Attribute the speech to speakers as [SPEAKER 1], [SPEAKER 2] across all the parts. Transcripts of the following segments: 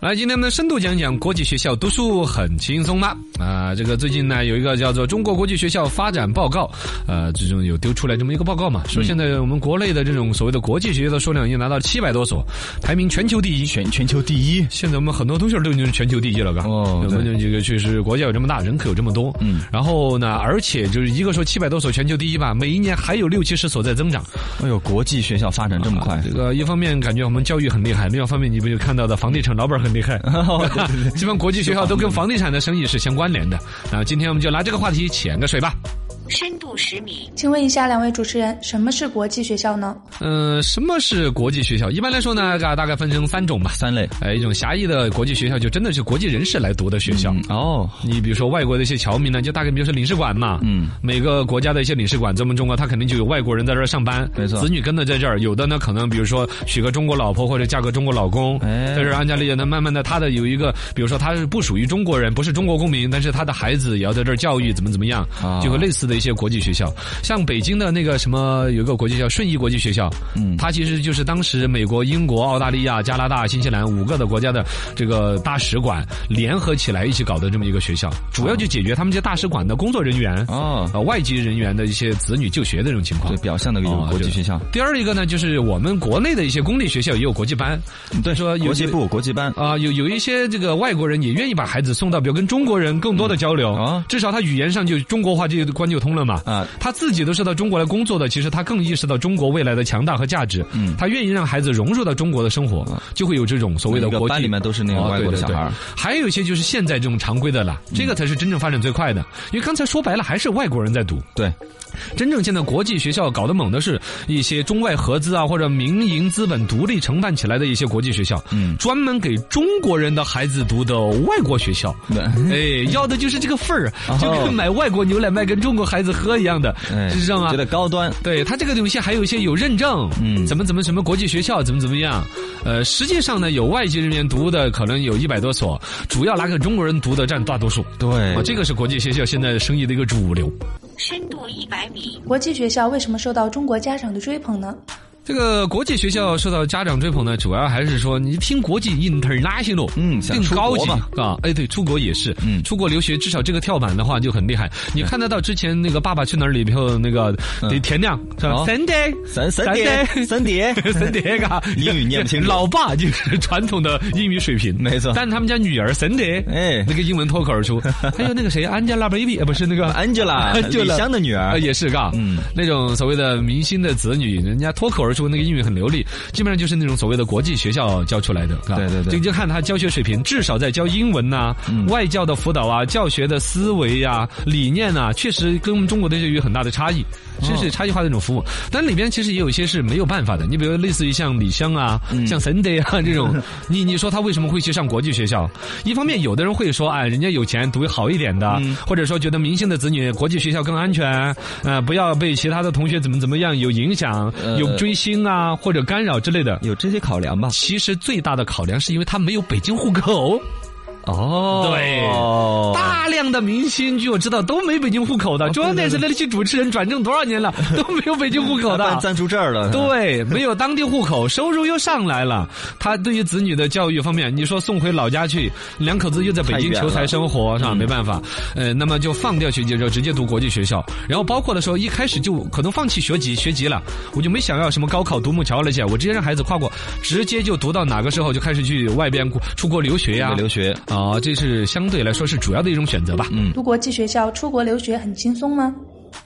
[SPEAKER 1] 来，今天我们深度讲讲国际学校读书很轻松吗？啊、这个最近呢有一个叫做《中国国际学校发展报告》，呃，这种有丢出来这么一个报告嘛，说现在我们国内的这种所谓的国际学校的数量已经达到七百多所，排名全球第一。
[SPEAKER 2] 全全球第一，
[SPEAKER 1] 现在我们很多东西儿都已经是全球第一了，嘎。
[SPEAKER 2] 哦
[SPEAKER 1] 我
[SPEAKER 2] 对
[SPEAKER 1] 们这个确实国家有这么大，人口有这么多，
[SPEAKER 2] 嗯，
[SPEAKER 1] 然后呢，而且就是一个说七百多所全球第一吧，每一年还有六七十所在增长。
[SPEAKER 2] 哎呦，国际学校发展这么快
[SPEAKER 1] 啊这，个一方面感觉我们教育很厉害，另外一方面你不就看到的房地产老板很厉 害，基本国际学校都跟房地产的生意是相关联的。啊，今天我们就拿这个话题潜个水吧。
[SPEAKER 3] 深度十米，
[SPEAKER 4] 请问一下两位主持人，什么是国际学校呢？
[SPEAKER 1] 嗯、什么是国际学校？一般来说呢，大大概分成三种吧。
[SPEAKER 2] 三类
[SPEAKER 1] 呃，一种狭义的国际学校，就真的是国际人士来读的学校。
[SPEAKER 2] 嗯哦，
[SPEAKER 1] 你比如说外国的一些侨民呢，就大概比如说领事馆嘛，
[SPEAKER 2] 嗯，
[SPEAKER 1] 每个国家的一些领事馆，咱们中国它肯定就有外国人在这儿上班，
[SPEAKER 2] 没错
[SPEAKER 1] 子女跟着在这儿，有的呢可能比如说娶个中国老婆或者嫁个中国老公，
[SPEAKER 2] 哎
[SPEAKER 1] 在这儿安家立业，那慢慢的他的有一个，比如说他是不属于中国人，不是中国公民，但是他的孩子也要在这儿教育，怎么怎么样
[SPEAKER 2] 啊，
[SPEAKER 1] 就会类似的一些国际学校，像北京的那个什么有一个国际叫顺义国际学校，
[SPEAKER 2] 嗯
[SPEAKER 1] 它其实就是当时美国、英国、澳大利亚、加拿大、新西兰五个的国家的这个大使馆联合起来一起搞的这么一个学校，主要就解决他们这些大使馆的工作人员啊、
[SPEAKER 2] 哦，
[SPEAKER 1] 呃外籍人员的一些子女就学的这种情况
[SPEAKER 2] 对，。表象的一个
[SPEAKER 1] 哦
[SPEAKER 2] 国际
[SPEAKER 1] 对
[SPEAKER 2] 学校，
[SPEAKER 1] 第二一个呢，就是我们国内的一些公立学校也有国际班，
[SPEAKER 2] 嗯对，
[SPEAKER 1] 说有
[SPEAKER 2] 国际部、国际班，
[SPEAKER 1] 啊、有有一些这个外国人也愿意把孩子送到，比如跟中国人更多的交流
[SPEAKER 2] 嗯啊
[SPEAKER 1] 至少他语言上就中国话就关就通了嘛。
[SPEAKER 2] 啊
[SPEAKER 1] 他自己都是到中国来工作的，其实他更意识到中国未来的强大和价值。
[SPEAKER 2] 嗯
[SPEAKER 1] 他愿意让孩子融入到中国的生活，就会有这种所谓的
[SPEAKER 2] 一个
[SPEAKER 1] 国际
[SPEAKER 2] 班里面都是那个外国的小孩儿
[SPEAKER 1] 哦
[SPEAKER 2] 嗯
[SPEAKER 1] 对对对还有一些就是现在这种常规的了，这个才是真正发展最快的。因为刚才说白了，还是外国人在读。
[SPEAKER 2] 对，
[SPEAKER 1] 真正现在国际学校搞得猛的是一些中外合资啊，或者民营资本独立承办起来的一些国际学校，
[SPEAKER 2] 嗯
[SPEAKER 1] 专门给中国人的孩子读的外国学校。
[SPEAKER 2] 对。
[SPEAKER 1] 哎，要的就是这个份儿
[SPEAKER 2] 哦，
[SPEAKER 1] 就跟买外国牛奶卖跟中国孩子喝一样的，
[SPEAKER 2] 哎
[SPEAKER 1] 是这样吗
[SPEAKER 2] 觉？得高端，
[SPEAKER 1] 对他这个东西还有一些有认证，
[SPEAKER 2] 嗯
[SPEAKER 1] 怎么怎么什么国际学校怎么怎么样，呃，实际上呢，有外籍人员读的可能有一百多所，主要拿给中国人读的占大多数。
[SPEAKER 2] 对
[SPEAKER 1] 啊，这个是国际学校现在生意的一个主流。
[SPEAKER 3] 深度一百米，
[SPEAKER 4] 国际学校为什么受到中国家长的追捧呢？
[SPEAKER 1] 这个国际学校受到家长追捧呢，主要还是说你听国际 international，
[SPEAKER 2] 嗯想
[SPEAKER 1] 更
[SPEAKER 2] 出
[SPEAKER 1] 高
[SPEAKER 2] 国
[SPEAKER 1] 级
[SPEAKER 2] 嘛
[SPEAKER 1] 啊，哎对，出国也是，
[SPEAKER 2] 嗯
[SPEAKER 1] 出国留学至少这个跳板的话就很厉害。你看得到之前那个《爸爸去哪儿》里头那个
[SPEAKER 2] 嗯
[SPEAKER 1] 得田亮是吧
[SPEAKER 2] 哦？
[SPEAKER 1] 三代
[SPEAKER 2] 三三叠三 叠，
[SPEAKER 1] 三爹嘎，
[SPEAKER 2] 英语念不清楚
[SPEAKER 1] 老爸就是传统的英语水平，
[SPEAKER 2] 没错
[SPEAKER 1] 但他们家女儿森爹，
[SPEAKER 2] 哎
[SPEAKER 1] 那个英文脱口而 出。还有那个谁，Angelababy，呃，不是那个
[SPEAKER 2] Angela 李香的女
[SPEAKER 1] 啊，
[SPEAKER 2] 儿，
[SPEAKER 1] 也是嘎，
[SPEAKER 2] 嗯
[SPEAKER 1] 那种所谓的明星的子女，人家脱口而出那个英语很流利，基本上就是那种所谓的国际学校教出来的，嘎
[SPEAKER 2] 对对对
[SPEAKER 1] 就就看他教学水平，至少在教英文呐、
[SPEAKER 2] 嗯
[SPEAKER 1] 外教的辅导啊、教学的思维呀、理念呐、确实跟我们中国的这有很大的差异，
[SPEAKER 2] 哦
[SPEAKER 1] 真是差异化的一种服务。但里边其实也有一些是没有办法的，你比如类似于像李湘啊、
[SPEAKER 2] 嗯
[SPEAKER 1] 像 Sunday 啊这 种，你你说他为什么会去上国际学校？一方面，有的人会说，哎，人家有钱读好一点的，
[SPEAKER 2] 嗯
[SPEAKER 1] 或者说觉得明星的子女国际学校更安全，呃，不要被其他的同学怎么怎么样有影响、
[SPEAKER 2] 呃
[SPEAKER 1] 有追星啊或者干扰之类的。
[SPEAKER 2] 有这些考量吧？
[SPEAKER 1] 其实最大的考量是因为他没有北京户口，
[SPEAKER 2] 哦，
[SPEAKER 1] 对大量的明星据我知道都没北京户口的，中央电视台那些主持人转正多少年了都没有北京户口的
[SPEAKER 2] 搬。暂住证 了，
[SPEAKER 1] 对，没有当地户口，收入又上来了。他对于子女的教育方面，你说送回老家去，两口子又在北京
[SPEAKER 2] 太远
[SPEAKER 1] 求财
[SPEAKER 2] 了
[SPEAKER 1] 生活，是吧？没办法，呃，那么就放掉学籍，就直接读国际学校。然后包括的时候，一开始就可能放弃学籍，学籍了，我就没想要什么高考独木桥呃那些，我直接让孩子跨过，直接就读到哪个时候就开始去外边出国留学呀、
[SPEAKER 2] 嗯留学，
[SPEAKER 1] 啊，这是相对来说是主要的一种选择吧。
[SPEAKER 2] 嗯，
[SPEAKER 4] 读国际学校出国留学很轻松吗？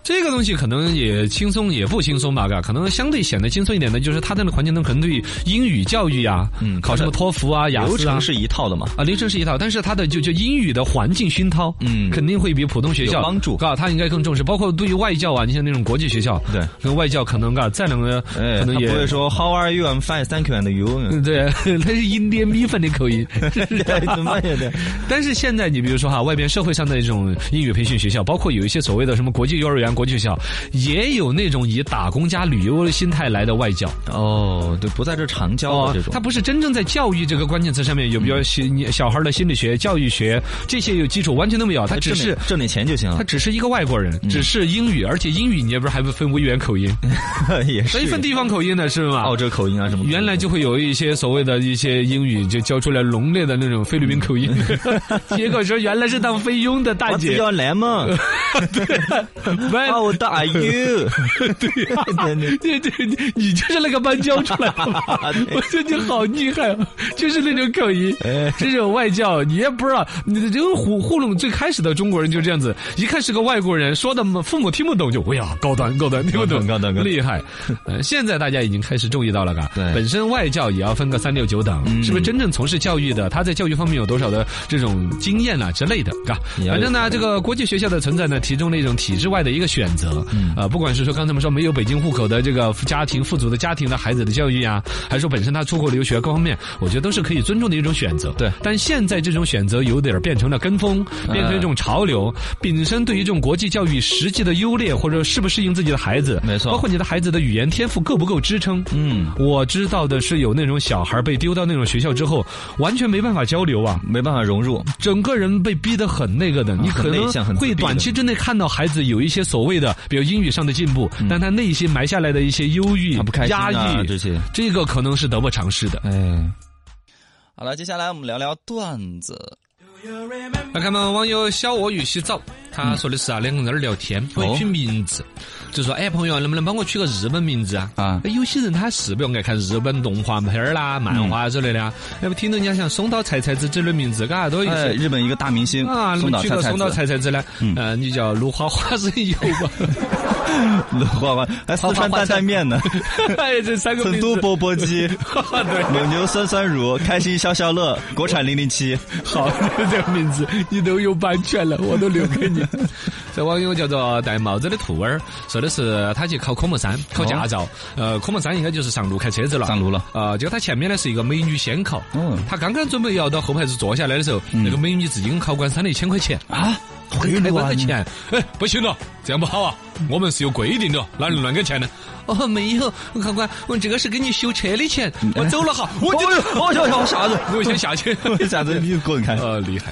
[SPEAKER 1] 这个东西可能也轻松，也不轻松吧，嘎，可能相对显得轻松一点的，就是他那个环境中可能对英语教育啊，
[SPEAKER 2] 嗯
[SPEAKER 1] 考什么托福啊、雅
[SPEAKER 2] 流
[SPEAKER 1] 思啊
[SPEAKER 2] 程。是一套的嘛？
[SPEAKER 1] 啊，流程是一套，但是他的就就英语的环境熏陶，
[SPEAKER 2] 嗯
[SPEAKER 1] 肯定会比普通学校
[SPEAKER 2] 有帮助
[SPEAKER 1] 嘎，他应该更重视。包括对于外教啊，你像那种国际学校，
[SPEAKER 2] 对，
[SPEAKER 1] 跟外教可能嘎，再两个可
[SPEAKER 2] 哎，他
[SPEAKER 1] 能
[SPEAKER 2] 不
[SPEAKER 1] 也
[SPEAKER 2] 会说 How are you? I'm fine, thank you, and you.
[SPEAKER 1] 嗯 对，他是印第安米粉的口音， 是不是
[SPEAKER 2] 对，怎么也得，
[SPEAKER 1] 但是现在你比如说哈，外边社会上的这种英语培训学校，包括有一些所谓的什么国际幼儿园、国际学校，也有那种以打工加旅游的心态来的外教。
[SPEAKER 2] 哦，对，不在这长教哦啊的这种，嗯
[SPEAKER 1] 他不是真正在教育这个关键词上面有比较心小孩的心理学、教育学这些有基础，完全都没有，他
[SPEAKER 2] 他
[SPEAKER 1] 只是。
[SPEAKER 2] 挣点钱就行啊
[SPEAKER 1] 他
[SPEAKER 2] 了，
[SPEAKER 1] 只是一个外国人，
[SPEAKER 2] 嗯
[SPEAKER 1] 只是英语，而且英语你也不是还会分威远口音，
[SPEAKER 2] 也 是
[SPEAKER 1] 所以分地方口音的是吧？
[SPEAKER 2] 澳洲口音啊什么的，
[SPEAKER 1] 原来就会有一些所谓的一些英语就教出来浓烈的那种菲律宾口 音，结果说原来是当菲佣的大
[SPEAKER 2] 我只
[SPEAKER 1] 姐，
[SPEAKER 2] 要来嘛，
[SPEAKER 1] 喂，
[SPEAKER 2] 澳哦 大 are you？
[SPEAKER 1] 哎对呀、
[SPEAKER 2] 真的
[SPEAKER 1] 对对，对你就是那个班教出来的吧
[SPEAKER 2] 对
[SPEAKER 1] 我觉得你好厉害，啊，就是那种口音
[SPEAKER 2] 哎，
[SPEAKER 1] 这种外教，你也不知道，你这个糊糊弄最开始的中国人就这样子，一看是个外国人，说的父母听不懂就，哎呀，高端高端听不懂，
[SPEAKER 2] 高端高端
[SPEAKER 1] 厉 害。呃，现在大家已经开始注意到了，嘎，
[SPEAKER 2] 对嗯
[SPEAKER 1] 本身外教也要分个三六九等，是不是真正从事教育的，他在教育方面有多少的这种经验啊之类的，嘎，
[SPEAKER 2] 也要有
[SPEAKER 1] 反正呢，这个国际学校的存在呢，提供了一种体制外的一个选择。
[SPEAKER 2] 嗯
[SPEAKER 1] 呃，不管是说刚才我们说没有北京户口的这个家庭富足的家庭的孩子的教育啊，还是说本身他出国留学各方面，我觉得都是可以尊重的一种选择。
[SPEAKER 2] 对嗯
[SPEAKER 1] 但现在这种选择有点变成了跟风，变成一种潮流。本身对于这种国际教育实际的优劣或者适不适应自己的孩子，
[SPEAKER 2] 没错
[SPEAKER 1] 包括你的孩子的语言天赋够不够支撑，
[SPEAKER 2] 嗯，
[SPEAKER 1] 我知道的是有那种小孩被丢到那种学校之后，完全没办法交流啊，
[SPEAKER 2] 没办法融入，
[SPEAKER 1] 整个人被逼得很那个的，你可
[SPEAKER 2] 啊很
[SPEAKER 1] 能
[SPEAKER 2] 内向很自闭
[SPEAKER 1] 会
[SPEAKER 2] 的
[SPEAKER 1] 短期之内看到孩子有一些所谓的，比如英语上的进步，但他内心埋下来的一些忧郁
[SPEAKER 2] 他不开、心
[SPEAKER 1] 压
[SPEAKER 2] 嗯啊
[SPEAKER 1] 抑
[SPEAKER 2] 这些，
[SPEAKER 1] 这个可能是得不偿失的。
[SPEAKER 2] 哎。好了，接下来我们聊聊段子。
[SPEAKER 1] 那看嘛，网友小鳄鱼洗澡，他说的是啊，两个人在那儿聊天，可
[SPEAKER 2] 哦
[SPEAKER 1] 以取名字，就说哎，朋友，能不能帮我取个日本名字啊？
[SPEAKER 2] 啊
[SPEAKER 1] 哎有些人他是比如爱看日本动画片儿啦、漫画之类的啊，要不听人家像松岛菜菜子之类的名字，嘎多有意思
[SPEAKER 2] 哎，。日本一个大明星
[SPEAKER 1] 啊，
[SPEAKER 2] 松
[SPEAKER 1] 你
[SPEAKER 2] 岛
[SPEAKER 1] 取
[SPEAKER 2] 菜
[SPEAKER 1] 个
[SPEAKER 2] 菜
[SPEAKER 1] 松岛
[SPEAKER 2] 子，
[SPEAKER 1] 菜菜子呢？
[SPEAKER 2] 嗯
[SPEAKER 1] 呃，你叫芦花花生油吧。
[SPEAKER 2] 花花，还四川担担 面呢，
[SPEAKER 1] 哎，这三个
[SPEAKER 2] 成
[SPEAKER 1] 名
[SPEAKER 2] 都
[SPEAKER 1] 字，
[SPEAKER 2] 钵钵鸡，
[SPEAKER 1] 对，
[SPEAKER 2] 蒙牛酸酸乳，开心消消乐，国产零零七，
[SPEAKER 1] 好，这个名字你都有版权了，我都留给 你。这网友叫做戴帽子的兔儿，说的是他去考科目三，考驾照。呃，科目三应该就是上路开车子了。
[SPEAKER 2] 上路了。
[SPEAKER 1] 呃，结果他前面呢是一个美女先考，
[SPEAKER 2] 嗯
[SPEAKER 1] 他刚刚准备要到后排子坐下来的时候，那个美女直接跟考官扇了一千块钱。哎
[SPEAKER 2] 啊，
[SPEAKER 1] 跟开关的钱，哎，不行了，这样不好啊！我们是有规定的，哪能乱给钱呢？哦，没有，考官，我这个是给你修车的钱，我走了哈，我
[SPEAKER 2] 我哦
[SPEAKER 1] 就
[SPEAKER 2] 就我就我啥子？
[SPEAKER 1] 嗯哎我先下去。
[SPEAKER 2] 我啥子？你滚 开！
[SPEAKER 1] 呃，厉害！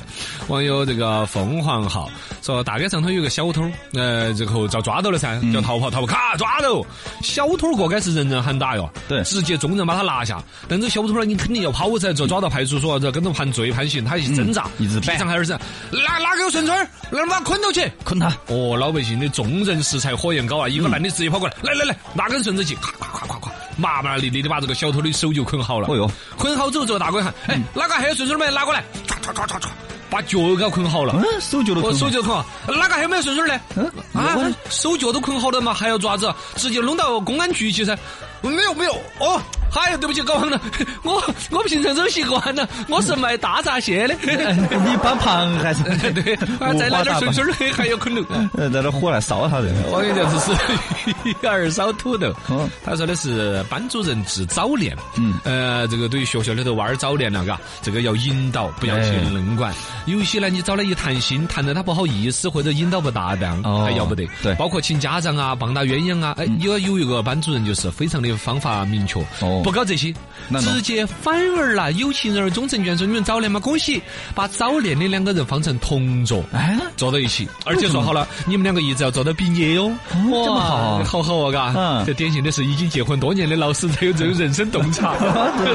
[SPEAKER 1] 网友这个凤凰号说，大街上头有个小偷，呃，这后遭抓到了噻，
[SPEAKER 2] 嗯
[SPEAKER 1] 叫逃跑，逃跑，咔抓到！小偷过该是人人喊打哟，
[SPEAKER 2] 对
[SPEAKER 1] 直接众人把他拿下。但这小偷呢，你肯定要跑噻，就抓到派出所，这跟着判罪判刑，他一挣扎，
[SPEAKER 2] 嗯一直
[SPEAKER 1] 地上还有人，拿拿给我顺村儿，让他把他捆到起。
[SPEAKER 2] 困他！
[SPEAKER 1] 哦，老百姓的众人拾柴火焰高啊！一
[SPEAKER 2] 嗯
[SPEAKER 1] 个男的直接跑过来，来来来，拿根绳子去，咵咵咵咵咵，麻麻利利的把这个小偷的手就捆好了。
[SPEAKER 2] 哎呦，
[SPEAKER 1] 捆好之后，这个大哥一喊，
[SPEAKER 2] 嗯
[SPEAKER 1] 哎，哪个还有顺手没？拿过来，唰唰唰唰唰，把脚给捆好了。
[SPEAKER 2] 嗯，手脚都
[SPEAKER 1] 我
[SPEAKER 2] 疼
[SPEAKER 1] 手脚捆好，哪个还有没有顺手的？
[SPEAKER 2] 嗯
[SPEAKER 1] 啊
[SPEAKER 2] 我问，
[SPEAKER 1] 手脚都捆好了嘛，还要抓子？直接弄到公安局去噻。没有没有，哦，嗨、对不起，搞忘了，我我平常走习惯了，我是卖大闸蟹的。
[SPEAKER 2] 哎你把螃还是
[SPEAKER 1] 对，啊，再来点顺手的，还要捆 住。
[SPEAKER 2] 呃，在这火来烧他的。
[SPEAKER 1] 网友叫子是二烧土豆
[SPEAKER 2] 嗯，
[SPEAKER 1] 他说的是班主任治早恋，
[SPEAKER 2] 嗯
[SPEAKER 1] 呃，这个对于学校里头娃儿早恋了，嘎，这个要引导，不要去
[SPEAKER 2] 哎
[SPEAKER 1] 愣管。有些呢，你找了一谈心，谈得他不好意思，或者引导不搭当，
[SPEAKER 2] 哦
[SPEAKER 1] 哎还要不得。
[SPEAKER 2] 对嗯
[SPEAKER 1] 包括请家长啊，棒打鸳鸯啊，哎，有有一个班主任就是非常的方法明确
[SPEAKER 2] 哦，
[SPEAKER 1] 不搞这些，
[SPEAKER 2] 那弄
[SPEAKER 1] 直接反而啦，有情人儿终成眷属，你们早恋嘛，恭喜，把早恋的两个人放成同桌。
[SPEAKER 2] 哎，
[SPEAKER 1] 坐到一起，而且说好了，你们两个一直要做到毕业哟。哇，
[SPEAKER 2] 这么好啊
[SPEAKER 1] 好好哦，嘎。
[SPEAKER 2] 嗯
[SPEAKER 1] 这典型的是已经结婚多年的老师才有这种人生洞 察，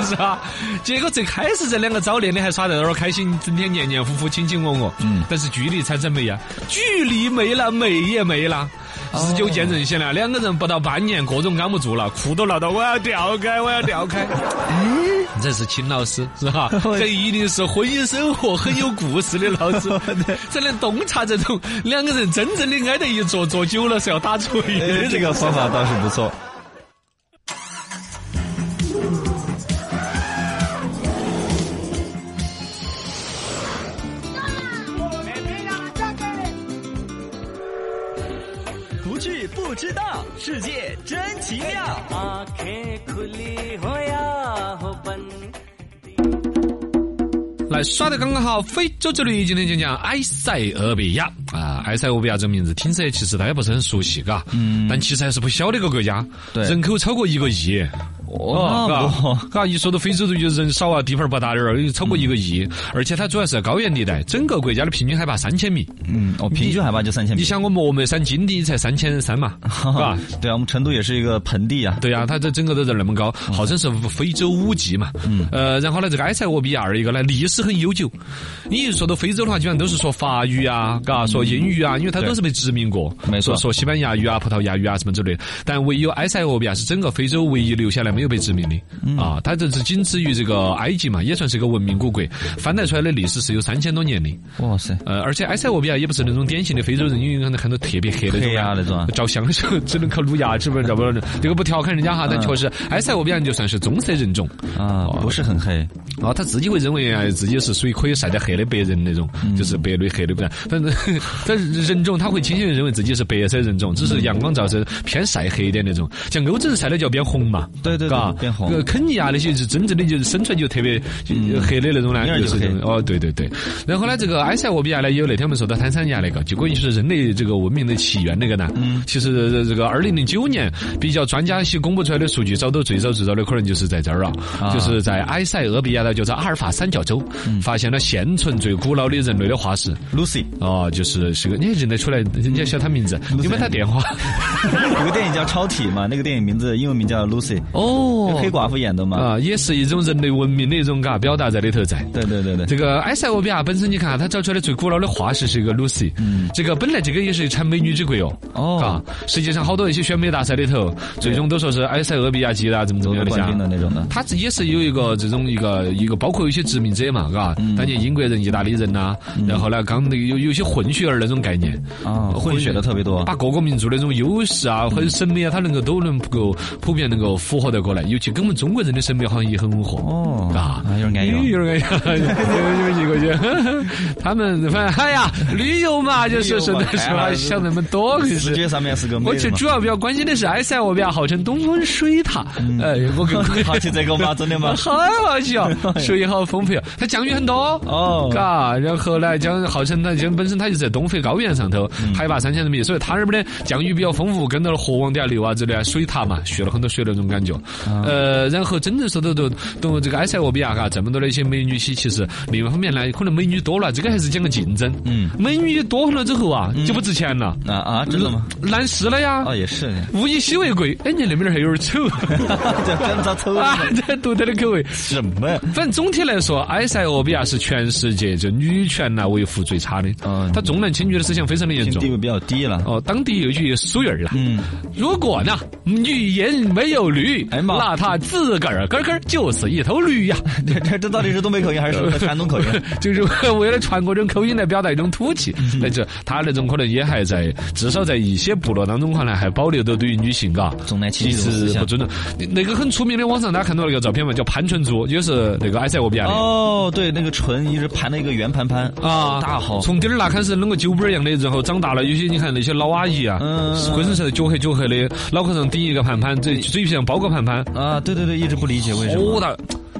[SPEAKER 1] 是吧？结果最开始这两个早恋的还耍得有点开心，整天黏黏糊糊、卿卿我我。
[SPEAKER 2] 嗯
[SPEAKER 1] 但是距离产生没呀？啊距离没了，美也没了。
[SPEAKER 2] 哦
[SPEAKER 1] 日久见人心了，两个人不到半年，各种扛不住了，裤都闹到我要掉开，我要掉开。这是秦老师是 吧？这一定是婚姻生活很有故事的老 师，才能洞察这种两个人真正的挨在一坐坐久了是要打锤
[SPEAKER 2] 哎
[SPEAKER 1] 的。
[SPEAKER 2] 这个方法倒是不错。
[SPEAKER 5] 不去不知道，世界真奇妙。
[SPEAKER 6] आंखें खुली हो या हो बंद
[SPEAKER 1] 来刷的刚刚好。非洲之旅今天讲讲埃塞俄比亚啊，埃塞俄比亚这名字听起来其实大家不是很熟悉，嘎，嗯，但其实还是不小的一个国家，
[SPEAKER 2] 对
[SPEAKER 1] 人口超过一个亿。啊
[SPEAKER 2] 哦，
[SPEAKER 1] 嘎，嘎，一说到非洲就人少啊，地方儿不大点儿，超过一个亿，
[SPEAKER 2] 嗯
[SPEAKER 1] 而且它主要是高原地带，整个国家的平均海拔三千米。
[SPEAKER 2] 嗯，我平均海拔就三千米
[SPEAKER 1] 你。想我们峨眉山金地才三千三 嘛，是吧？
[SPEAKER 2] 对啊，我们成都也是一个盆地啊。
[SPEAKER 1] 对呀、它这整个都在那么高，
[SPEAKER 2] 嗯
[SPEAKER 1] 号称是非洲五 G 嘛。嗯。呃，然后呢，这个埃塞俄比亚二一个呢，历史很悠久。你一说到非洲的话，基本上都是说法语啊，嘎，说英语啊，因为它都是被殖民过，
[SPEAKER 2] 嗯没错
[SPEAKER 1] 说说西班牙语啊、葡萄牙语啊什么之类的。但唯有埃塞俄比亚是整个非洲唯一留下来没有被殖民的、
[SPEAKER 2] 嗯
[SPEAKER 1] 啊，它这是仅次于这个埃及嘛，也算是个文明古国，翻带出来的历史是有三千多年的。
[SPEAKER 2] 哇塞，
[SPEAKER 1] 呃，而且埃塞俄比亚也不是那种典型的非洲人，因为看到看到特别黑的
[SPEAKER 2] 黑啊那种啊
[SPEAKER 1] 照相的时候只能靠露牙齿，不然找不到人。这个不调侃人家哈，但确
[SPEAKER 2] 嗯
[SPEAKER 1] 实哎埃塞俄比亚人就算是棕色人种
[SPEAKER 2] 啊，不是很黑，
[SPEAKER 1] 啊，他自己会认为啊自己是属于可以晒得黑的白人那种，
[SPEAKER 2] 嗯
[SPEAKER 1] 就是白的黑的不然，但是 但是人种他会倾向于认为自己是白色人种，只是阳光照射偏晒黑一点那种。像欧洲人晒的就要变红嘛，
[SPEAKER 2] 对对对
[SPEAKER 1] 嘎
[SPEAKER 2] 变红
[SPEAKER 1] 呃肯尼亚那些是真正的就是生出来就特别就黑的那种呢，
[SPEAKER 2] 一嗯眼就
[SPEAKER 1] 就是
[SPEAKER 2] 黑
[SPEAKER 1] 哦，对对对。然后呢，这个埃塞俄比亚呢，也有那天我们说到坦桑尼亚那个，结果也是人类这个文明的起源那个呢。
[SPEAKER 2] 嗯
[SPEAKER 1] 其实呃这个二零零九年，比较专家一些公布出来的数据，找到最早最早的可能就是在这儿啊，就是在埃塞俄比亚的，就是阿尔法三角洲，
[SPEAKER 2] 嗯
[SPEAKER 1] 发现了现存最古老的人类的化石。
[SPEAKER 2] Lucy
[SPEAKER 1] 哦，就是是个，你认得出来，人家晓得他名字，
[SPEAKER 2] 嗯
[SPEAKER 1] 你问他电话。
[SPEAKER 2] 有个电影叫《超体》嘛，那个电影名字英文名叫 Lucy，
[SPEAKER 1] 哦
[SPEAKER 2] 黑寡妇演的嘛。
[SPEAKER 1] 啊，也是一种人类文明的一种嘎表达在里头在。
[SPEAKER 2] 对对对对，
[SPEAKER 1] 这个埃塞俄比亚本身，你看啊它找出来最古老的化石是一个 Lucy，、这个本来这个也是一产美女之国哟，
[SPEAKER 2] 嗯哦
[SPEAKER 1] 啊，世界上好多一些选美大赛里头，最终都说是埃塞俄比亚籍的啊，怎么怎么样
[SPEAKER 2] 夺冠
[SPEAKER 1] 像
[SPEAKER 2] 军的那种的。
[SPEAKER 1] 它这也是有一个这种一个一个，包括有一些殖民者嘛，嘎、
[SPEAKER 2] 嗯
[SPEAKER 1] 当年英国人、意大利人呐、然后呢，刚那个有有些混血儿那种概念
[SPEAKER 2] 啊混血的特别多嗯
[SPEAKER 1] 把各个民族那种优势啊、和审美啊，它能够都能够普遍能够符合得过来，尤其跟我们中国人的审美好像也很吻合，
[SPEAKER 2] 哦
[SPEAKER 1] 嘎、
[SPEAKER 2] 啊有点安逸哦
[SPEAKER 1] 有 点安逸，有点过去，他们反正哎呀，旅游嘛，就是
[SPEAKER 2] 旅游
[SPEAKER 1] 是
[SPEAKER 2] 嘛
[SPEAKER 1] 的是
[SPEAKER 2] 哎
[SPEAKER 1] 吧，
[SPEAKER 2] 呀
[SPEAKER 1] 想那么多，可
[SPEAKER 2] 世
[SPEAKER 1] 是。
[SPEAKER 2] 界上面是个妹
[SPEAKER 1] 而且
[SPEAKER 2] 子嘛。
[SPEAKER 1] 主要比较关心的是，哎埃塞俄比亚号称东风水塔，
[SPEAKER 2] 嗯
[SPEAKER 1] 哎，我跟
[SPEAKER 2] 好奇这个吗？真的吗？
[SPEAKER 1] 好好哎笑，水好丰沛，它降雨很多
[SPEAKER 2] 哦
[SPEAKER 1] 嘎，然后呢，江号称它江本身它就在东非高原上头，
[SPEAKER 2] 嗯
[SPEAKER 1] 海拔三千多米，所以它那边的降雨比较丰富，跟到河往底下流啊之类啊，水塔嘛，蓄了很多水那种感觉。
[SPEAKER 2] 啊
[SPEAKER 1] 呃，然后真正说到到到这个埃塞俄比亚嘎，这么多的一些美女些，其实另一方面呢，可能美女多了，这个还是讲个竞争。
[SPEAKER 2] 嗯，
[SPEAKER 1] 美女多了之后啊，就不值钱了，
[SPEAKER 2] 啊啊，真的吗？
[SPEAKER 1] 难事了呀。
[SPEAKER 2] 哦，也 是，
[SPEAKER 1] 物以稀为贵，哎，你那边儿还有点 丑
[SPEAKER 2] 这跟着抽
[SPEAKER 1] 啊，这独特的口味。
[SPEAKER 2] 什么呀？
[SPEAKER 1] 反正总体来说，埃塞俄比亚是全世界就女权呐、维护最差的，
[SPEAKER 2] 嗯
[SPEAKER 1] 它重男轻女的思想非常的严重
[SPEAKER 2] 地。位比较低了。
[SPEAKER 1] 哦，当地有一句俗语儿啦，
[SPEAKER 2] 嗯，
[SPEAKER 1] 如果呢女人没有驴，
[SPEAKER 2] 哎呀妈
[SPEAKER 1] 那她自个儿根根儿就是一头驴呀、
[SPEAKER 2] 这这这到底是东北口音还 是山东口音？
[SPEAKER 1] 就是 为了传各种口音来表达一种土气，
[SPEAKER 2] 嗯
[SPEAKER 1] 那就他那种可能也还在，至少在一些部落当中可能还保留着对于女性嘎
[SPEAKER 2] 重男轻女
[SPEAKER 1] 其
[SPEAKER 2] 这种思
[SPEAKER 1] 实
[SPEAKER 2] 想
[SPEAKER 1] 不尊重。那个很出名的网上大家看到那个照片嘛，叫潘纯珠，也是那个埃塞俄比亚的。
[SPEAKER 2] 哦，对，那个唇一直盘了一个圆盘盘
[SPEAKER 1] 啊，
[SPEAKER 2] 大好。
[SPEAKER 1] 从底儿那开始弄个酒杯儿一样的，然后长大了，有些你看那些老阿姨啊，
[SPEAKER 2] 嗯
[SPEAKER 1] 浑身是脚黑脚黑的，脑壳上顶一个盘盘，嘴嘴皮上包个盘盘，
[SPEAKER 2] 啊，对对对，一直不理解为什
[SPEAKER 1] 哦
[SPEAKER 2] 么。
[SPEAKER 1] 大。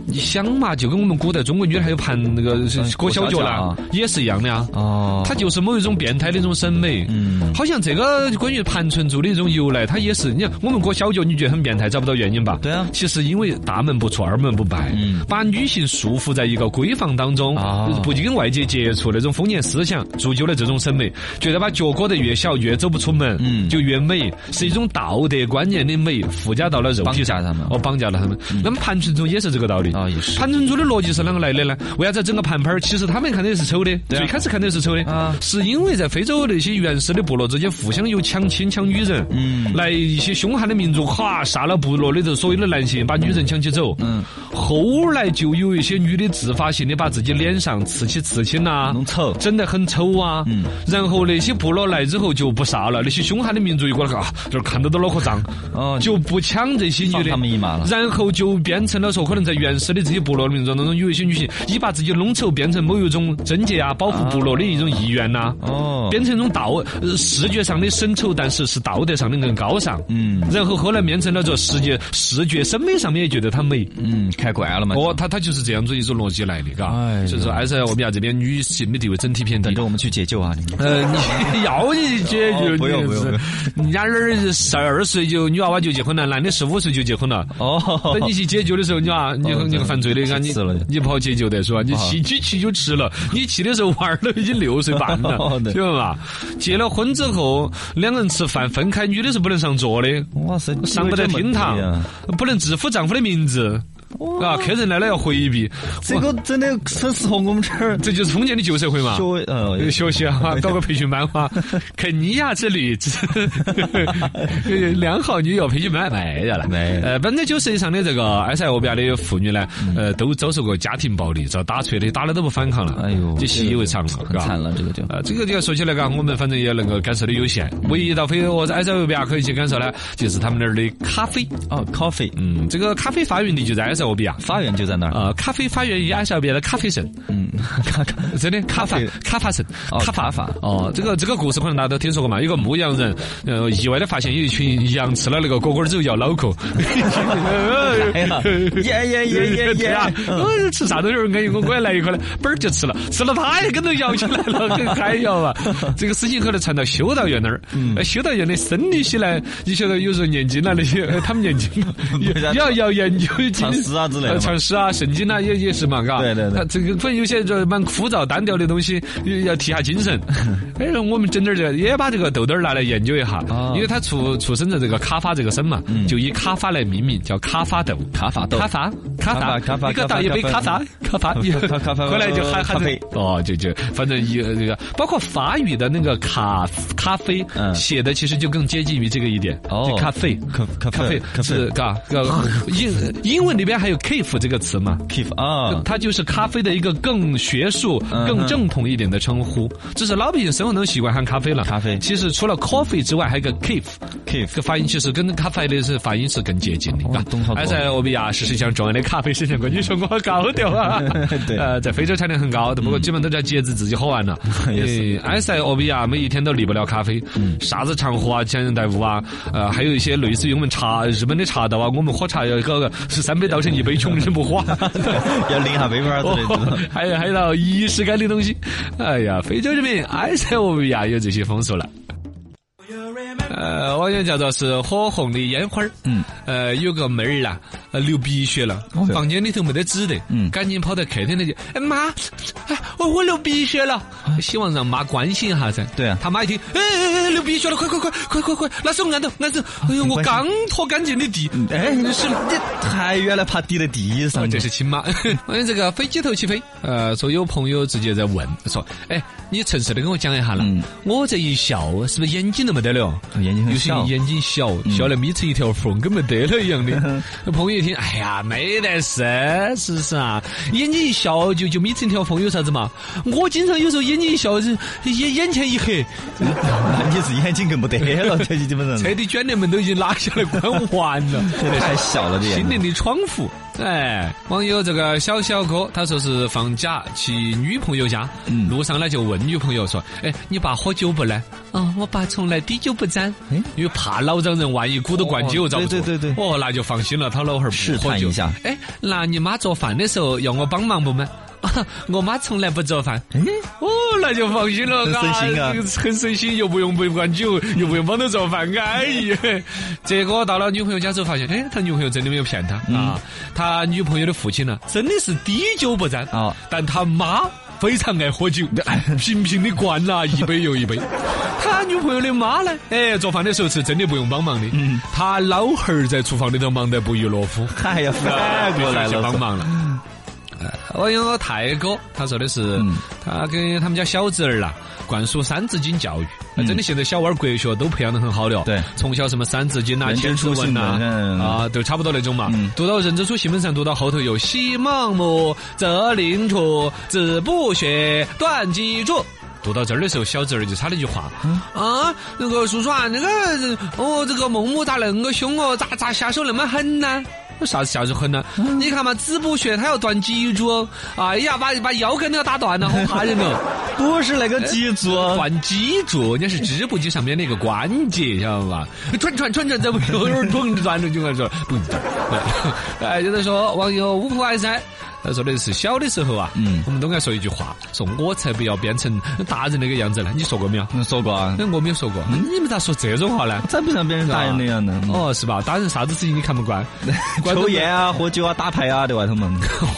[SPEAKER 1] 你想嘛，就跟我们古代中国女的还有盘那个是
[SPEAKER 2] 嗯
[SPEAKER 1] 裹小脚
[SPEAKER 2] 裹小脚
[SPEAKER 1] 啦
[SPEAKER 2] 啊，
[SPEAKER 1] 也是一样的呀。
[SPEAKER 2] 哦，
[SPEAKER 1] 它就是某一种变态的一种审美。
[SPEAKER 2] 嗯
[SPEAKER 1] 好像这个关于盘纯珠的一种由来，它也是你看我们裹小脚，你觉得很变态，找不到原因吧？
[SPEAKER 2] 对啊
[SPEAKER 1] 其实因为大门不出二门不迈，
[SPEAKER 2] 嗯
[SPEAKER 1] 把女性束缚在一个闺房当中，
[SPEAKER 2] 啊
[SPEAKER 1] 不去跟外界接触，那种封建思想铸就了这种审美，觉得把脚裹得越小越走不出门，
[SPEAKER 2] 嗯
[SPEAKER 1] 就越美，是一种道德观念的美附加到了肉体上，
[SPEAKER 2] 绑架他们嗯
[SPEAKER 1] 哦，绑架了他们。那么盘纯珠也是这个道理
[SPEAKER 2] 啊也是
[SPEAKER 1] 盘纯珠的逻辑是啷个来的呢？为啥子整个盘盘儿？其实他们看的是丑的，
[SPEAKER 2] 啊
[SPEAKER 1] 最开始看的是丑的，
[SPEAKER 2] 啊
[SPEAKER 1] 是因为在非洲那些原始的部落之间互相有抢亲抢女人，
[SPEAKER 2] 嗯
[SPEAKER 1] 来一些凶悍的民族，哈杀了部落里头所有的男性，把女人抢起走，
[SPEAKER 2] 嗯，
[SPEAKER 1] 后来就有一些女的自发性的把自己脸上刺起刺青呐，
[SPEAKER 2] 弄丑
[SPEAKER 1] 整得很丑啊，
[SPEAKER 2] 嗯，
[SPEAKER 1] 然后那些部落来之后就不杀了，那些凶悍的民族一过来啊，这儿看得到脑壳胀，
[SPEAKER 2] 哦
[SPEAKER 1] 就不抢这些女
[SPEAKER 2] 放
[SPEAKER 1] 的，
[SPEAKER 2] 他们一马了
[SPEAKER 1] 然后就变成了说，可能在原始吃的这些部落的民族当中，有一些女性已把自己拢丑变成某一种贞洁啊、保护部落的一种意愿呐、
[SPEAKER 2] 哦
[SPEAKER 1] 变成一种道呃视觉上的审丑，但是是道德上的更高尚。
[SPEAKER 2] 嗯
[SPEAKER 1] 然后后来变成了这视觉、视觉审美上面也觉得它美。
[SPEAKER 2] 嗯，开拐了嘛？
[SPEAKER 1] 哦，他他就是这样子一种逻辑来的，嘎、
[SPEAKER 2] 哎呦
[SPEAKER 1] 所以说，而且我们要这边女性的地位整体偏低
[SPEAKER 2] 等。着我们去解救啊！你们
[SPEAKER 1] 呃， 你要你解决
[SPEAKER 2] 哦不用
[SPEAKER 1] 你
[SPEAKER 2] 不用
[SPEAKER 1] 是人家那儿十二岁就女娃娃就结婚了，男的十五岁就结婚了。
[SPEAKER 2] 哦
[SPEAKER 1] 等你去解救的时候，你娃你
[SPEAKER 2] 哦
[SPEAKER 1] 你个犯罪的，
[SPEAKER 2] 气
[SPEAKER 1] 啊你
[SPEAKER 2] 死了
[SPEAKER 1] 你不好解救的是啊吧？你
[SPEAKER 2] 好
[SPEAKER 1] 去你去就迟了，你去的时候娃儿都已经六岁半 了，
[SPEAKER 2] 哦对
[SPEAKER 1] 晓得吧？结了婚之后，两个人吃饭分开，女的是不能上桌的。
[SPEAKER 2] 哇 塞，
[SPEAKER 1] 上不得厅堂
[SPEAKER 2] 这么低啊，
[SPEAKER 1] 不能直呼丈夫的名字，啊，客人来了要回避，
[SPEAKER 2] 这个真的很适合我们这儿
[SPEAKER 1] 这就是封建的旧社会嘛。
[SPEAKER 2] 就呃
[SPEAKER 1] 呃学习 啊，搞个培训班啊，肯尼亚之 旅，良好女友培训班没得了，
[SPEAKER 2] 没
[SPEAKER 1] 呃，本来就实际上的这个埃塞俄比亚的妇女呢，
[SPEAKER 2] 嗯
[SPEAKER 1] 呃，都遭受过家庭暴力，遭打锤的，打了都不反抗了，
[SPEAKER 2] 哎呦
[SPEAKER 1] 就习以为常了，
[SPEAKER 2] 很
[SPEAKER 1] 嘎
[SPEAKER 2] 惨了，这个就
[SPEAKER 1] 呃，这个就要说起来，嘎，我们反正也能够感受的有限。唯一到非我在埃塞俄比亚可以去感受呢，就是他们那儿的咖啡。
[SPEAKER 2] 哦，coffee
[SPEAKER 1] 嗯，这个咖啡发源地就在埃塞俄比亚。
[SPEAKER 2] 发源就在那儿，
[SPEAKER 1] 呃，咖啡发源于埃塞俄比亚的咖啡省，
[SPEAKER 2] 嗯， 咔咔
[SPEAKER 1] 真的卡法
[SPEAKER 2] 啡
[SPEAKER 1] 卡法省，
[SPEAKER 2] 哦
[SPEAKER 1] 卡
[SPEAKER 2] 卡法
[SPEAKER 1] 哦，这个这个故事可能大家都听说过嘛。有个牧羊人，呃，意外的发现有一群羊吃了那个果果儿之后要脑壳，
[SPEAKER 2] 哎 呀，耶耶耶耶
[SPEAKER 1] 对
[SPEAKER 2] 耶
[SPEAKER 1] 啊，！我吃啥东西儿？哎，我我也来一块来，嘣儿就吃了，吃了他也跟着摇起来 了，很嗨摇啊！这个事情后来传到修道院那儿，
[SPEAKER 2] 嗯
[SPEAKER 1] 呃修道院的僧侣些呢，你晓得有时候念经啊那些，呃他们念经 嘛也也要要研究经
[SPEAKER 2] 唱诗啊之类的嘛
[SPEAKER 1] 呃唱诗啊、圣经啊也也是嘛，嘎。
[SPEAKER 2] 对对对
[SPEAKER 1] 他这个反正有些这蛮枯燥单调的东西，也要提下精 神。哎，我们整点儿这个也把这个豆豆儿拿来研究一下
[SPEAKER 2] 哦，
[SPEAKER 1] 因为他出出生在这个卡法这个省嘛，就以卡法来命名，叫卡法豆。
[SPEAKER 2] 嗯卡法豆
[SPEAKER 1] 卡法卡
[SPEAKER 2] 卡
[SPEAKER 1] 法
[SPEAKER 2] 法卡法
[SPEAKER 1] 一个倒一杯
[SPEAKER 2] 卡
[SPEAKER 1] 卡
[SPEAKER 2] 法
[SPEAKER 1] 法
[SPEAKER 2] 嗯
[SPEAKER 1] 卡法
[SPEAKER 2] 卡 卡法
[SPEAKER 1] 回来就喊
[SPEAKER 2] 咖
[SPEAKER 1] 喊这
[SPEAKER 2] 啡
[SPEAKER 1] 哦，就就反正一个这个，包括法语的那个卡咖啡
[SPEAKER 2] 嗯
[SPEAKER 1] 写的其实就更接近于这个一点，
[SPEAKER 2] 哦
[SPEAKER 1] 就咖啡
[SPEAKER 2] 咖咖啡
[SPEAKER 1] 咖啡
[SPEAKER 2] 咖啡
[SPEAKER 1] 是嘎 嘎英英文里边还有 cave 这个词嘛。
[SPEAKER 2] ，keep 啊，
[SPEAKER 1] 它就是咖啡的一个更学术、
[SPEAKER 2] 嗯
[SPEAKER 1] 更正统一点的称呼，这是老百姓生活中习惯喊咖啡了。
[SPEAKER 2] 咖啡
[SPEAKER 1] 其实除了 coffee 之外，还有个 cave，
[SPEAKER 2] Cave
[SPEAKER 1] 这个发音其实跟咖啡的是发音是更接近的
[SPEAKER 2] 哦。东方国？
[SPEAKER 1] 埃塞俄比亚是世界上重要的咖啡生产国，你说我高调啊
[SPEAKER 2] 对
[SPEAKER 1] 呃，在非洲产量很高，不过基本都在节制自己喝完了。
[SPEAKER 2] 也是嗯
[SPEAKER 1] 呃埃塞俄比亚每一天都离不了咖啡，啥子长壶啊、江人带屋啊，呃，还有一些类似于我们茶日本的茶道啊，我们喝茶要搞个十三杯倒成一杯，穷人不花。
[SPEAKER 2] 要拎下杯碗之类
[SPEAKER 1] 哦
[SPEAKER 2] 的。、
[SPEAKER 1] 还有还有到仪式感的东西。哎呀，非洲这边埃塞俄比亚有这些风俗了。呃，网友叫做是火红的烟花儿，
[SPEAKER 2] 嗯，
[SPEAKER 1] 呃，有个妹儿啦，呃流鼻血了，
[SPEAKER 2] 哟
[SPEAKER 1] 房间里头没得纸的，
[SPEAKER 2] 嗯
[SPEAKER 1] 赶紧跑到客厅里去，哎妈，哎我我流鼻血了，希望让妈关心一下噻。
[SPEAKER 2] 啊对啊
[SPEAKER 1] 他妈一听，哎哎哎流鼻血了，快快快快快快，拿手按到按到，哎呦，我
[SPEAKER 2] 啊关心
[SPEAKER 1] 刚拖干净的地，
[SPEAKER 2] 哎，你是你还原来怕滴在地上
[SPEAKER 1] 哦，
[SPEAKER 2] 呢，
[SPEAKER 1] 这是亲妈。 关于这个飞机头起飞，呃，说有朋友直接在问说，哎，你诚实的跟我讲一下啦，
[SPEAKER 2] 嗯
[SPEAKER 1] 我这一笑是不是眼睛都没得了？
[SPEAKER 2] 眼睛很嗯
[SPEAKER 1] 有些
[SPEAKER 2] 小
[SPEAKER 1] 人眼睛小，小得眯成一条缝，跟没得了一样的。
[SPEAKER 2] 嗯
[SPEAKER 1] 那朋友一听，哎呀，没得事，是不是啊？眼睛一笑就就眯成一条缝，有啥子嘛？我经常有时候眼睛一笑，是眼眼前一黑，
[SPEAKER 2] 那你是眼睛更不得 了，这基本上
[SPEAKER 1] 彻底哎卷帘门都已经拉下来关完 了。
[SPEAKER 2] 太小了，这眼
[SPEAKER 1] 心
[SPEAKER 2] 睛
[SPEAKER 1] 灵的窗户。哎，网友这个小小哥他说是放假去女朋友家，
[SPEAKER 2] 嗯
[SPEAKER 1] 路上呢就问女朋友说：“哎，你爸喝酒不呢？”
[SPEAKER 2] 嗯
[SPEAKER 1] 啊，我爸从来滴酒不沾，因为怕老丈人万一鼓捣灌酒
[SPEAKER 2] 哎哦
[SPEAKER 1] 遭不住。
[SPEAKER 2] 对对对对
[SPEAKER 1] 哦，那就放心了，他老汉儿
[SPEAKER 2] 试
[SPEAKER 1] 不喝
[SPEAKER 2] 探
[SPEAKER 1] 酒
[SPEAKER 2] 一下。
[SPEAKER 1] 哎，那你妈做饭的时候要我帮忙不嘛？ 啊我妈从来不做饭。哦，那就放心了，
[SPEAKER 2] 哎
[SPEAKER 1] 哎
[SPEAKER 2] 很省心啊
[SPEAKER 1] 这个很省心，又不用不管酒，又不用帮他做饭，安逸。结果到了女朋友家之后，发现，哎，他女朋友真的没有骗他、啊，他女朋友的父亲呢，真的是滴酒不沾
[SPEAKER 2] 哦
[SPEAKER 1] 但他妈。非常爱喝酒，频频的灌啦，一杯又一杯。他女朋友的妈呢？哎，做饭的时候是真的不用帮忙的。他老汉儿在厨房里头忙得不亦乐乎。
[SPEAKER 2] 嗨呀，
[SPEAKER 1] 哎，
[SPEAKER 2] 反过来了，
[SPEAKER 1] 帮忙了。哎我有个泰哥，他说的是、他给他们家小侄儿啦灌输《三字经》教育，那真的现在小娃儿国学都培养的很好的哦。
[SPEAKER 2] 对
[SPEAKER 1] 从小什么《三字经》呐、《
[SPEAKER 2] 人之
[SPEAKER 1] 千字文》
[SPEAKER 2] 初性
[SPEAKER 1] 呐
[SPEAKER 2] 本善
[SPEAKER 1] 啊，都差不多那种嘛。
[SPEAKER 2] 嗯
[SPEAKER 1] 读到人之初，性本善，读到后头有“昔孟母，择邻处，子不学，断机杼”。读到这儿的时候，小侄儿就插了一句话：“啊，那个叔叔啊，那个哦，这个孟母咋恁个凶哦，咋咋下手那么狠呢？”那啥子小时候呢？你看嘛，子不学，他要断脊柱，哎呀，把把腰杆都要打断了，好吓人哦！
[SPEAKER 2] 不是那个啊脊柱，
[SPEAKER 1] 断脊柱，人家是织布机上面那个关节，知道吧？串串串串，这不有点撞断了就开始不知道。哎，有人说网友五浦爱噻。他说的是小的时候啊，
[SPEAKER 2] 嗯
[SPEAKER 1] 我们都爱说一句话，说我才不要变成大人那个样子呢。你说过没有？
[SPEAKER 2] 你说过啊？
[SPEAKER 1] 那我没有说过，你们咋说这种话呢？
[SPEAKER 2] 咋不像别人大人那样呢？
[SPEAKER 1] 哦，是吧？大人啥子事情你看不惯，关
[SPEAKER 2] 抽
[SPEAKER 1] 灯
[SPEAKER 2] 烟啊、喝酒啊、打牌啊，对吧？他们，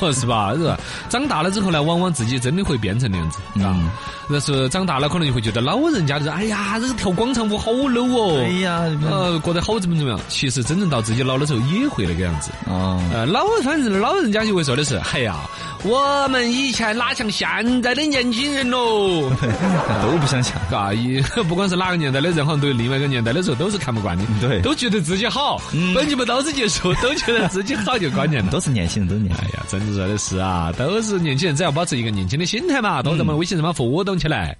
[SPEAKER 1] 哦，是吧？是吧？长大了之后呢，往往自己真的会变成那样子啊
[SPEAKER 2] 嗯。
[SPEAKER 1] 但是长大了，可能就会觉得老人家就是，哎呀，这个跳广场舞好 low 哦，
[SPEAKER 2] 哎呀，
[SPEAKER 1] 呃，过得好怎么怎么样。其实真正到自己老的时候，也会那个样子。
[SPEAKER 2] 哦，
[SPEAKER 1] 呃，老反正老人家就会说的是，哎呀，我们以前哪像现在的年轻人 喽。
[SPEAKER 2] 都不想想。
[SPEAKER 1] 啊，一 不管是哪个年代的人，好像对另外一个年代的时候都是看不惯的，
[SPEAKER 2] 嗯对
[SPEAKER 1] 都觉得自己好，
[SPEAKER 2] 嗯
[SPEAKER 1] 本节目到此结束，都觉得自己好就关键了。
[SPEAKER 2] 都是年轻人，都是年轻
[SPEAKER 1] 哎
[SPEAKER 2] 人。
[SPEAKER 1] 呀，真是的是啊，都是年轻人，只要保持一个年轻的心态嘛，多咱们微信上面互动起来。